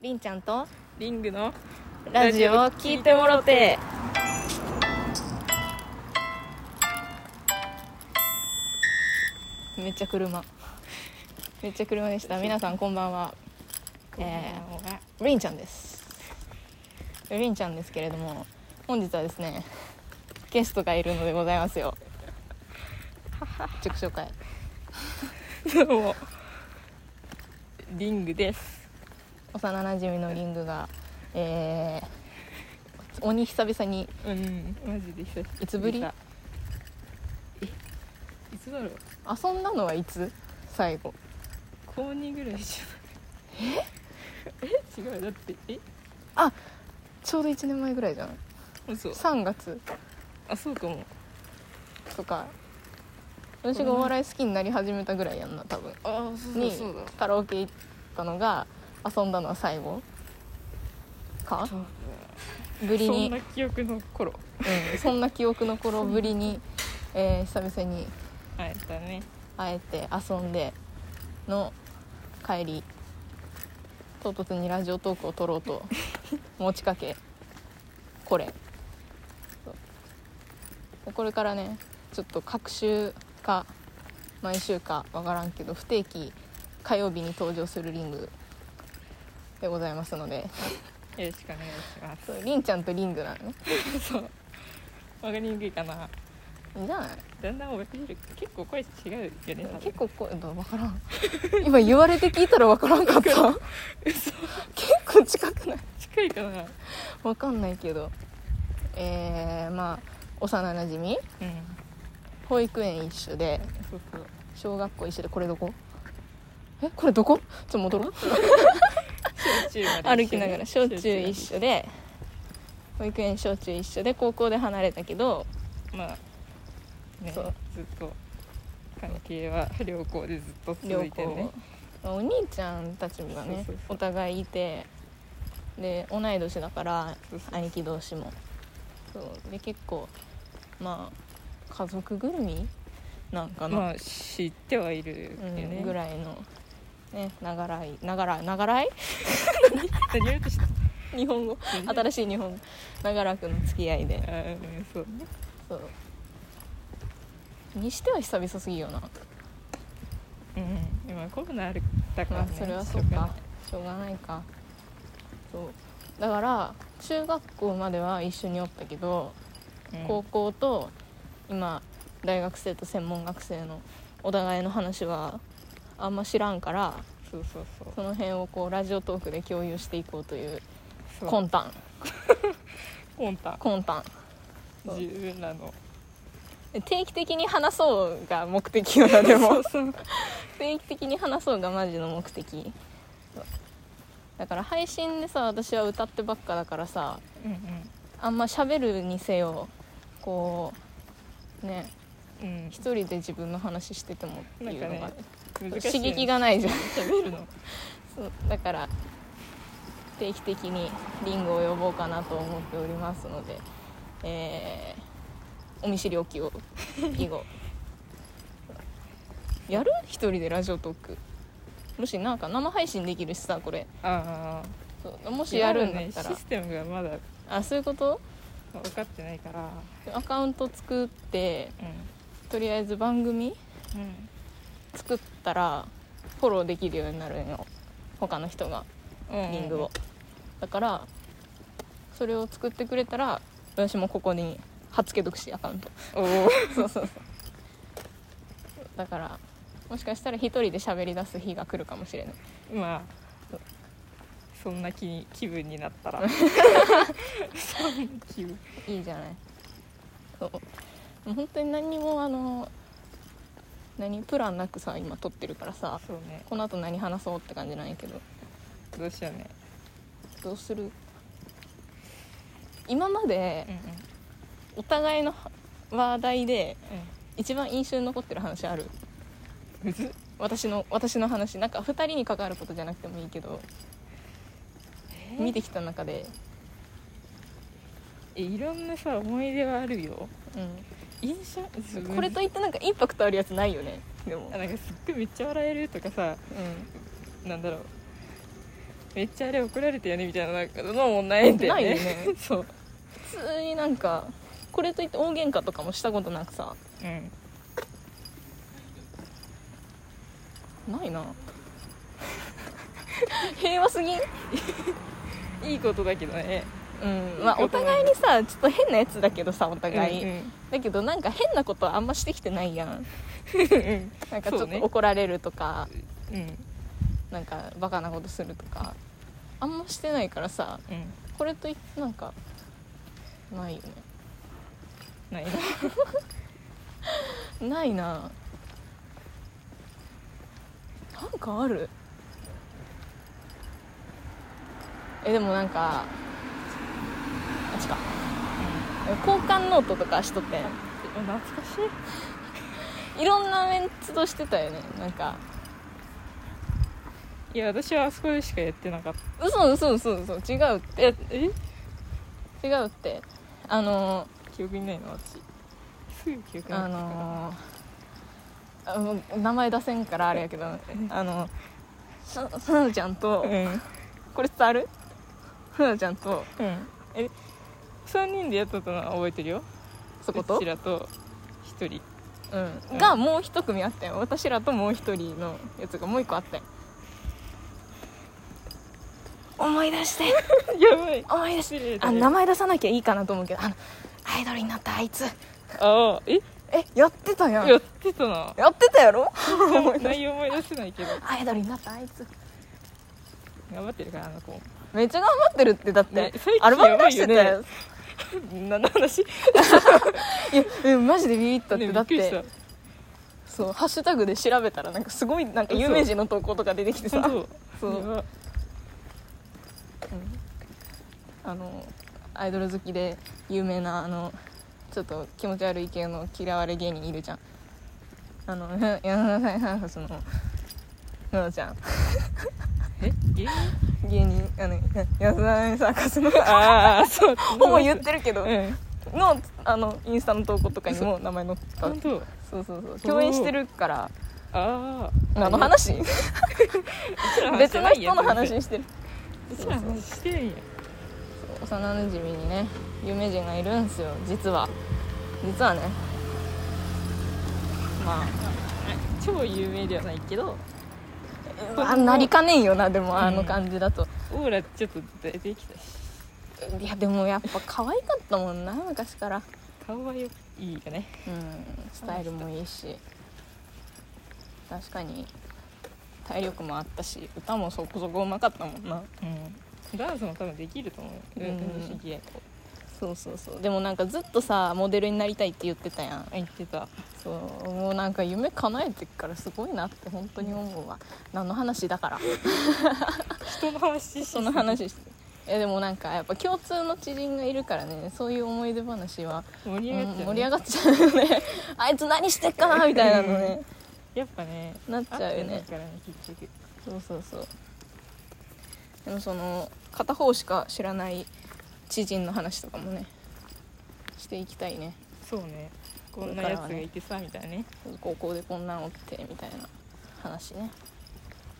りんちゃんとリングのラジオを聞いてもろてめっちゃ車めっちゃ車でした皆さんこんばんはえー、りんちゃんですりんちゃんですけれども本日はですねゲストがいるのでございますよ自己紹介どうも リングです幼なじみのリングがえー、鬼久々にうんマジで久しぶりいつぶりえいつだろう遊んだのはいつ最後高二ぐらいじゃない ええ違うだってえちょうど1年前ぐらいじゃない嘘3月あそうかもとか私がお笑い好きになり始めたぐらいやんな多分ああそうにだそうだカラオケ行ったのが遊んだのは最後か多分ぶりにそんな記憶の頃うん、そんな記憶の頃ぶりに、えー久々にあえたね会えて遊んでの帰り唐突にラジオトークを撮ろうと持ちかけこれそうでこれからねちょっと各週か毎週かわからんけど不定期火曜日に登場するリングでございますのでよろしくお願いしまそうリンちゃんとリングなのねすそうわかりにくいかないいんじゃないだんだん覚えてる結構声違うよね多分結構声だ分からん今言われて聞いたら分からんかった結構近くない近いかなうん分かんないけどえー、まあ幼なじみ保育園一緒でそう そう小学校一緒でこれどこえこれどこちょっと戻ろう小中まで歩きながら小中一緒で保育園小中一緒で高校で離れたけどまあねそうずっと関係は良好でずっと良続いて好ねお兄ちゃんたちがねそうそうそうお互いいてで同い年だからそうそう兄貴同士もそうで結構まあ家族ぐるみなんかな、まあ知ってはいるようんね、ぐらいのねながらいながらながらい 何言おうとした日本語新しい日本語長らくの付き合いであうんそうねそうにしては久々すぎよな、うん今コロナあるだかまら、あね、それはしょそううかがないしょうがないかそうだから中学校までは一緒におったけどうん高校と今大学生と専門学生のお互いの話はあんま知らんからそうそうそうその辺をこうラジオトークで共有していこうというそう魂胆コンタ魂胆そう十分なので定期的に話そうが目的よなでも そうそう定期的に話そうがマジの目的そうだから配信でさ私は歌ってばっかだからさうんあんま喋るにせよこうねうん一人で自分の話しててもっていうのが、なんかうん難しい刺激がないじゃん喋るのそうだから定期的にリンゴを呼ぼうかなと思っておりますので、えーお見知りおきを以後 やる一人でラジオトークもしなんか生配信できるしさこれああそうもしやるんだっねたら、システムがまだあそういうこと分かってないからアカウント作ってうとりあえず番組んうん作ったらフォローできるようになるんよ他の人がリングをだからそれを作ってくれたら私もここに貼っつけとくしアカウントおおそうそうそうだからもしかしたら一人で喋り出す日が来るかもしれないまあそんな気に気分になっ たらそんな気分いいじゃないそうもう本当に何にもあの何プランなくさ今撮ってるからさそうねこの後何話そうって感じなんやけどどうしようねどうする今までうんお互いの話題でう一番印象に残ってる話あるんむずっ私の私の話なんか2人に関わることじゃなくてもいいけど見てきた中で、えいろんなさ思い出はあるよう印象ん、これといってなんかインパクトあるやつないよねでもあ、なんかすっごいめっちゃ笑えるとかさうなんだろうめっちゃあれ怒られたよねみたいななんかのもないんだよなねいよね そう普通になんかこれといって大喧嘩とかもしたことなくさうんない な平和すぎんいいことだけどねうんまあお互いにさちょっと変なやつだけどさお互い、うんだけどなんか変なことはあんましてきてないやんうんなんかちょそっうねと怒られるとか、うんうんなんかバカなことするとかあんましてないからさうんこれといってなんかないよないなねないななんかあるえでもなんかあっちか交換ノートとかしとって懐かし いいろんなメンツとしてたよねなんかいや私はあそこでしかやってなかった嘘嘘嘘嘘違うってええ違うってあの記憶にないの私すぐ記憶あなくなっのあもう名前出せんからあれやけどあのささなちゃんとたからうんこれ伝わるさなちゃんとうんえ3人でやっとったのは覚えてるよそことうちらと1人 うん、がもう一組あったよ私らともう一人のやつがもう一個あったよ思い出してやばい思い出し失礼てだあね名前出さなきゃいいかなと思うけどあのアイドルになったあいつああええやってたやんやってたなやってたやろ内容思い出せないけどアイドルになったあいつ頑張ってるからあの子もめっちゃ頑張ってるってだって、ね最近アルバム出してたやばいよよ、何の話いやうんマジでビビったって、ねびだっくりしたてそうハッシュタグで調べたらなんかすごいなんか有名人の投稿とか出てきてさそうそうやうばんあのアイドル好きで有名なあのちょっと気持ち悪い系の嫌われ芸人いるじゃんあの 山田さんハーフスのののちゃんえ芸人芸人あの山田サーカス のああそうほぼ言っうてるけどんのあのインスタの投稿とかにも名前載ってた本当そうそうそう共演してるからあああの話別の人のう話してるちらの話してんや幼なじみにね有名人がいるんですよ実は実はねま超有名ではないけどああなりかねんよなでもあの感じだと、オーラちょっと出てきたしいやでもやっぱ可愛かったもんな昔から顔はよいいよねうんスタイルもいいし確かに体力もあったし歌もそこそこうまかったもんなうんダンスも多分できると思ううん運動神経そうそうそうでもなんかずっとさモデルになりたいって言ってたやん言ってたそうもうなんか夢叶えてっからすごいなって本当に思うわ何の話だ から人の話しその話してえでもなんかやっぱ共通の知人がいるからねそういう思い出話は、盛りうん上がっちゃう、ね盛り上がっちゃうよね あいつ何してっかなみたいなのねやっぱねなっちゃうよねあってないからね結局そうそうそうでもその片方しか知らない知人の話とかもねしていきたいねそうねこんなやつがいてさみたいなね高校でこんなんおってみたいな話ね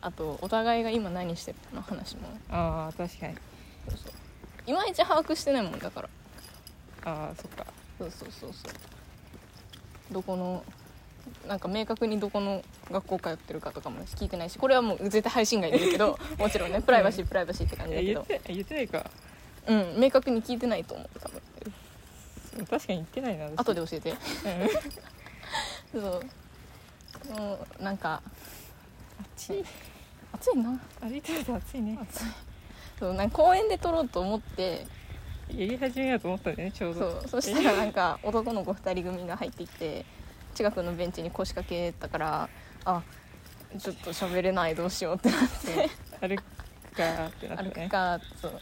あとお互いが今何してるかの話もああ確かにそうそういまいち把握してないもんだからああそっかそうそうそうそうどこのなんか明確にどこの学校通ってるかとかも聞いてないしこれはもう絶対配信外で言うけどもちろんねプライバシープライバシーって感じだけ言っどて言ってないかうん明確に聞いてないと思う多分確かに言ってないな私後で教えてうん そうもうなんか暑い暑いな歩いてると暑いねそうなんか公園で撮ろうと思ってやり始めようと思ったんだよねちょうそどうそしたらなんか男の子2人組が入ってきて近くのベンチに腰掛けたからあちょっと喋れないどうしようってなって歩くかーってなった歩ねくかそう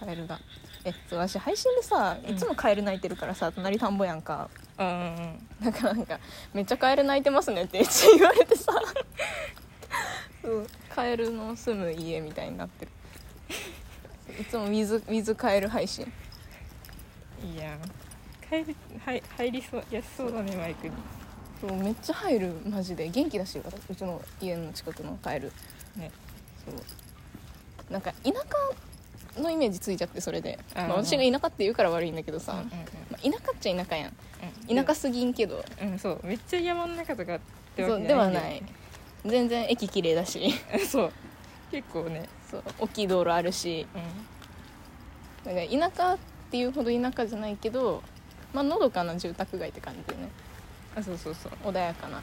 カエルがえそう私配信でさいつもカエル鳴いてるからさ、隣田んぼやんかうんだからなんか「めっちゃカエル鳴いてますね」って一応言われてさそうカエルの住む家みたいになってるいつも水水カエル配信うんいいやん帰りはい入りそう安そうだねマイクにそうめっちゃ入るマジで元気だしうちの家の近くのカエルねそうなんか田舎のイメージついちゃってそれで、うんうんまあ私が田舎って言うから悪いんだけどさ、うんうんまあ田舎っちゃ田舎やんうん田舎すぎんけど、うんそうめっちゃ山の中とかってわそうけでじゃはんだよない全然駅綺麗だし そう結構ね、そう大きい道路あるしうだから田舎っていうほど田舎じゃないけどまあのどかな住宅街って感じだよねん、あそうそうそう穏やかな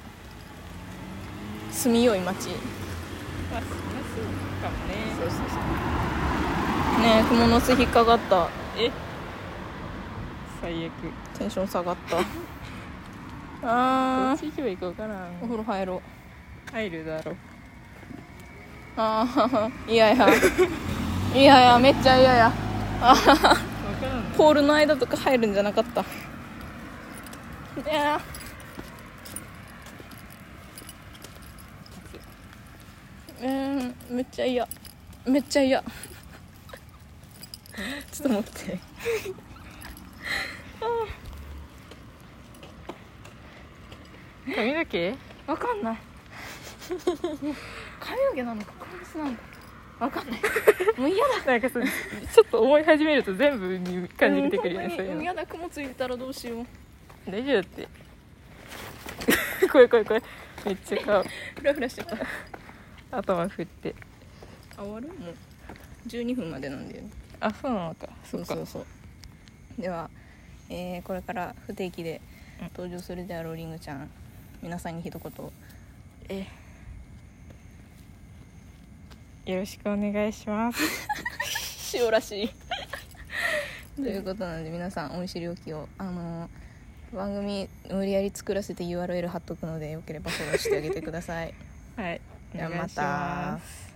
住みよい町ねまあそうかもねそうそうそうえ蜘蛛の巣引っかかったえ最悪テンション下がった あどあっち行けば行こうかなお風呂入ろう入るだろうああいやいやいやいやめっちゃ嫌や分からんポールの間とか入るんじゃなかったいやーうんめっちゃ嫌めっちゃ嫌 ちょっと待 って髪の毛わかんない髪の毛なのか革靴なのかわかんない もう嫌だなんかそうちょっと思い始めると全部に感じてくるよね、うんそういうもうの嫌だ雲ついてたらどうしよう大丈夫だって これこれこれめっちゃ顔フラフラしちゃった頭振ってあ終わるもう12分までなんだよねあそうなのかそうかそうそうでは、えーこれから不定期でうん登場するであろうリングちゃん皆さんに一言えよろしくお願いします塩らしい ということなので皆さんお見知りおきをあのー番組無理やり作らせて URL 貼っとくのでよければフォローしてあげてくださいはいではお願まいしますた。